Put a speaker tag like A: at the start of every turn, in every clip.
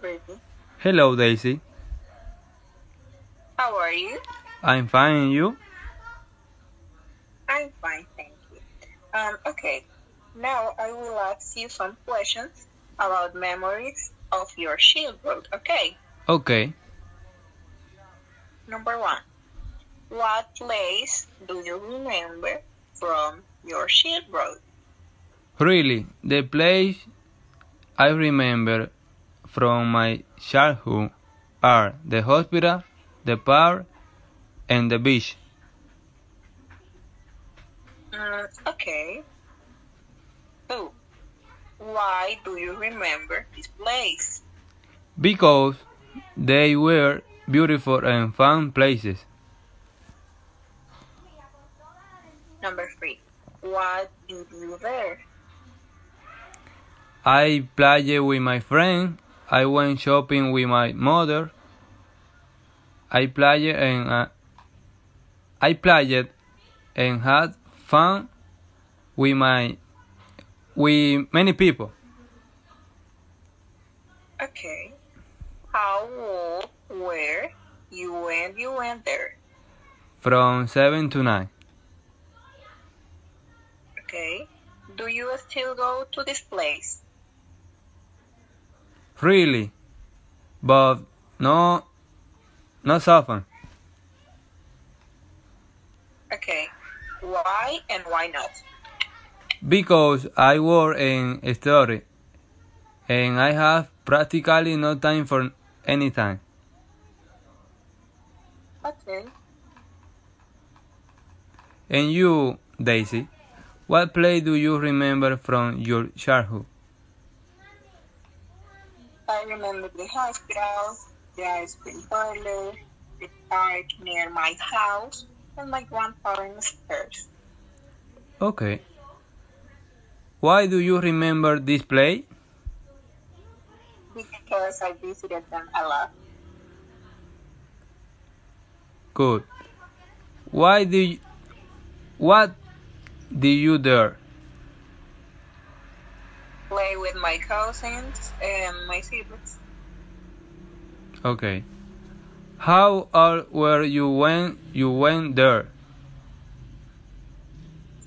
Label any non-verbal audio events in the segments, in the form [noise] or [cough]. A: Brittany.
B: Hello, Daisy.
A: How are you?
B: I'm fine, and you?
A: I'm fine, thank you. Um, okay, now I will ask you some questions about memories of your childhood, okay?
B: Okay.
A: Number one, what place do you remember from your childhood?
B: Really, the place I remember from my childhood are the hospital, the park, and the beach.
A: Mm, okay. Two, why do you remember this place?
B: Because they were beautiful and fun places.
A: Number three, what did you wear?
B: I played with my friend. I went shopping with my mother. I played and uh, I played and had fun with my with many people.
A: Okay. How old were you when you went there?
B: From seven to nine.
A: Okay. Do you still go to this place?
B: Really, but no, not so often.
A: Okay. Why and why not?
B: Because I work in study, and I have practically no time for any time.
A: Okay.
B: And you, Daisy, what play do you remember from your childhood?
A: I remember the hospital, the ice cream parlor, the park near my house, and my grandparents' stairs.
B: Okay. Why do you remember this play?
A: Because I visited them a lot.
B: Good. Why do you, what did you there?
A: Play with my cousins and my siblings.
B: Okay. How old were you when you went there?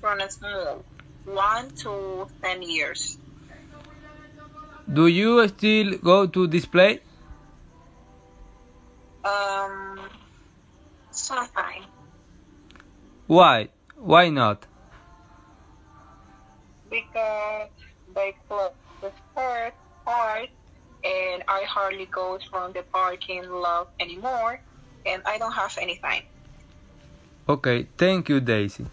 A: From a small one to ten years.
B: Do you still go to this play?
A: Um, sometime
B: Why? Why not?
A: because they close the first part and I hardly go from the parking lot anymore and I don't have any time.
B: Okay, thank you, Daisy.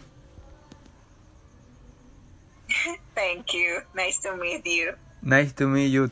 A: [laughs] Thank you. Nice to meet you.
B: Nice to meet you